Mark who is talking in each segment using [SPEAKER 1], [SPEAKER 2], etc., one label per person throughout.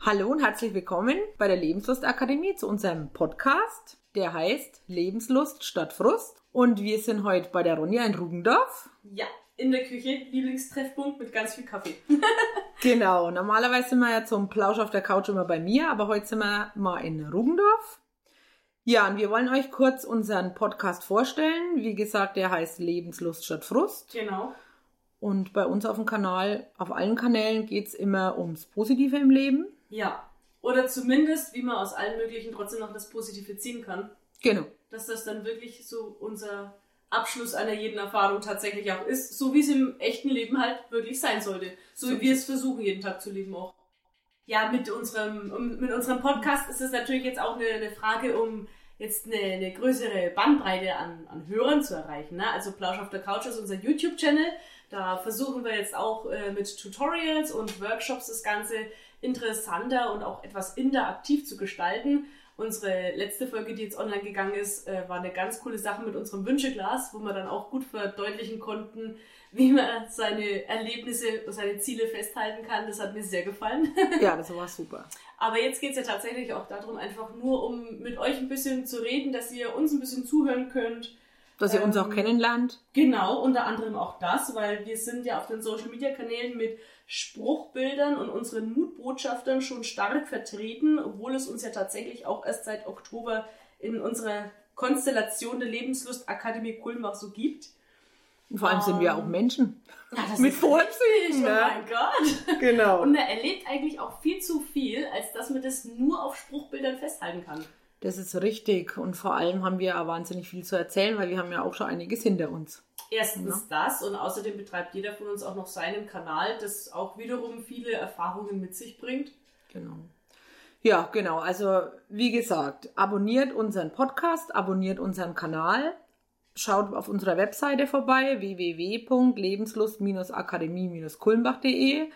[SPEAKER 1] Hallo und herzlich willkommen bei der Lebenslustakademie zu unserem Podcast, der heißt Lebenslust statt Frust. Und wir sind heute bei der Ronja in Rugendorf.
[SPEAKER 2] Ja, in der Küche, Lieblingstreffpunkt mit ganz viel Kaffee.
[SPEAKER 1] Genau, normalerweise sind wir ja zum Plausch auf der Couch immer bei mir, aber heute sind wir mal in Rugendorf. Ja, und wir wollen euch kurz unseren Podcast vorstellen. Wie gesagt, der heißt Lebenslust statt Frust.
[SPEAKER 2] Genau.
[SPEAKER 1] Und bei uns auf dem Kanal, auf allen Kanälen geht's immer ums Positive im Leben.
[SPEAKER 2] Ja. Oder zumindest, wie man aus allen möglichen trotzdem noch das Positive ziehen kann.
[SPEAKER 1] Genau.
[SPEAKER 2] Dass das dann wirklich so unser Abschluss einer jeden Erfahrung tatsächlich auch ist. So wie es im echten Leben halt wirklich sein sollte. So wie wir es versuchen, jeden Tag zu leben auch. Ja, mit unserem, um, mit unserem Podcast ist es natürlich jetzt auch eine, eine Frage, um jetzt eine, eine größere Bandbreite an, an Hörern zu erreichen. Ne? Also Plausch auf der Couch ist unser YouTube-Channel. Da versuchen wir jetzt auch äh, mit Tutorials und Workshops das Ganze interessanter und auch etwas interaktiv zu gestalten. Unsere letzte Folge, die jetzt online gegangen ist, äh, war eine ganz coole Sache mit unserem Wünscheglas, wo wir dann auch gut verdeutlichen konnten, wie man seine Erlebnisse, seine Ziele festhalten kann. Das hat mir sehr gefallen.
[SPEAKER 1] Ja, das war super.
[SPEAKER 2] Aber jetzt geht's ja tatsächlich auch darum, einfach nur um mit euch ein bisschen zu reden, dass ihr uns ein bisschen zuhören könnt.
[SPEAKER 1] Dass ihr uns auch kennenlernt.
[SPEAKER 2] Genau, unter anderem auch das, weil wir sind ja auf den Social Media Kanälen mit Spruchbildern und unseren Mutbotschaftern schon stark vertreten, obwohl es uns ja tatsächlich auch erst seit Oktober in unserer Konstellation der Lebenslust Akademie Kulmbach so gibt.
[SPEAKER 1] Und vor allem sind wir auch Menschen.
[SPEAKER 2] Ja, das
[SPEAKER 1] Mit
[SPEAKER 2] ist
[SPEAKER 1] Vorzügen,
[SPEAKER 2] richtig, Oh
[SPEAKER 1] ne?
[SPEAKER 2] mein Gott.
[SPEAKER 1] Genau.
[SPEAKER 2] Und man erlebt eigentlich auch viel zu viel, als dass man das nur auf Spruchbildern festhalten kann.
[SPEAKER 1] Das ist richtig. Und vor allem haben wir ja wahnsinnig viel zu erzählen, weil wir haben ja auch schon einiges hinter uns.
[SPEAKER 2] Erstens das und außerdem betreibt jeder von uns auch noch seinen Kanal, das auch wiederum viele Erfahrungen mit sich bringt.
[SPEAKER 1] Genau. Ja, genau. Also, wie gesagt, abonniert unseren Podcast, abonniert unseren Kanal, schaut auf unserer Webseite vorbei, www.lebenslust-akademie-kulmbach.de.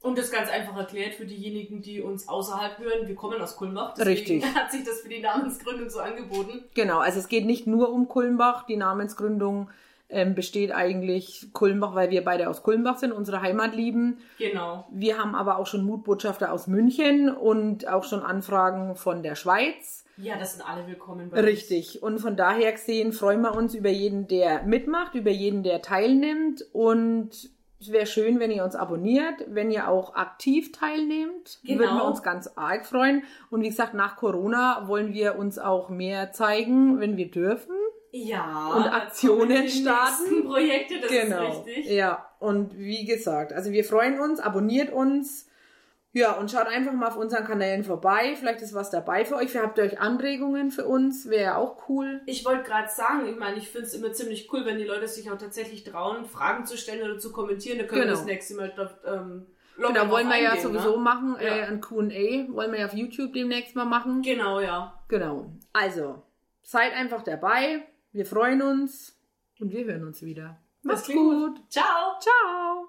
[SPEAKER 2] Und das ganz einfach erklärt für diejenigen, die uns außerhalb hören. Wir kommen aus Kulmbach, deswegen
[SPEAKER 1] Richtig.
[SPEAKER 2] hat sich das für die Namensgründung so angeboten.
[SPEAKER 1] Genau, also es geht nicht nur um Kulmbach. Die Namensgründung ähm, besteht eigentlich Kulmbach, weil wir beide aus Kulmbach sind, unsere Heimat lieben.
[SPEAKER 2] Genau.
[SPEAKER 1] Wir haben aber auch schon Mutbotschafter aus München und auch schon Anfragen von der Schweiz.
[SPEAKER 2] Ja, das sind alle willkommen bei uns.
[SPEAKER 1] Richtig. Und von daher gesehen freuen wir uns über jeden, der mitmacht, über jeden, der teilnimmt. Und es wäre schön, wenn ihr uns abonniert, wenn ihr auch aktiv teilnehmt.
[SPEAKER 2] Genau.
[SPEAKER 1] Würden wir uns ganz arg freuen. Und wie gesagt, nach Corona wollen wir uns auch mehr zeigen, wenn wir dürfen.
[SPEAKER 2] Ja.
[SPEAKER 1] Und
[SPEAKER 2] da
[SPEAKER 1] Aktionen
[SPEAKER 2] kommen die
[SPEAKER 1] starten. Genau.
[SPEAKER 2] nächsten Projekte, das ist richtig.
[SPEAKER 1] Ja, und wie gesagt, also wir freuen uns, abonniert uns. Ja, und schaut einfach mal auf unseren Kanälen vorbei. Vielleicht ist was dabei für euch. Habt ihr euch Anregungen für uns? Wäre ja auch cool.
[SPEAKER 2] Ich wollte gerade sagen, ich meine, ich finde es immer ziemlich cool, wenn die Leute sich auch tatsächlich trauen, Fragen zu stellen oder zu kommentieren. Da können wir
[SPEAKER 1] Genau.
[SPEAKER 2] das nächste Mal dort, ähm,
[SPEAKER 1] Und
[SPEAKER 2] locker
[SPEAKER 1] da
[SPEAKER 2] drauf
[SPEAKER 1] Genau, wollen wir ja
[SPEAKER 2] eingehen,
[SPEAKER 1] sowieso
[SPEAKER 2] Ne?
[SPEAKER 1] machen,
[SPEAKER 2] Ja.
[SPEAKER 1] äh, ein Q&A wollen wir ja auf YouTube demnächst mal machen.
[SPEAKER 2] Genau, ja.
[SPEAKER 1] Genau. Also, seid einfach dabei. Wir freuen uns und wir hören uns wieder.
[SPEAKER 2] Das
[SPEAKER 1] Macht's
[SPEAKER 2] klingt
[SPEAKER 1] gut.
[SPEAKER 2] Ciao.
[SPEAKER 1] Ciao.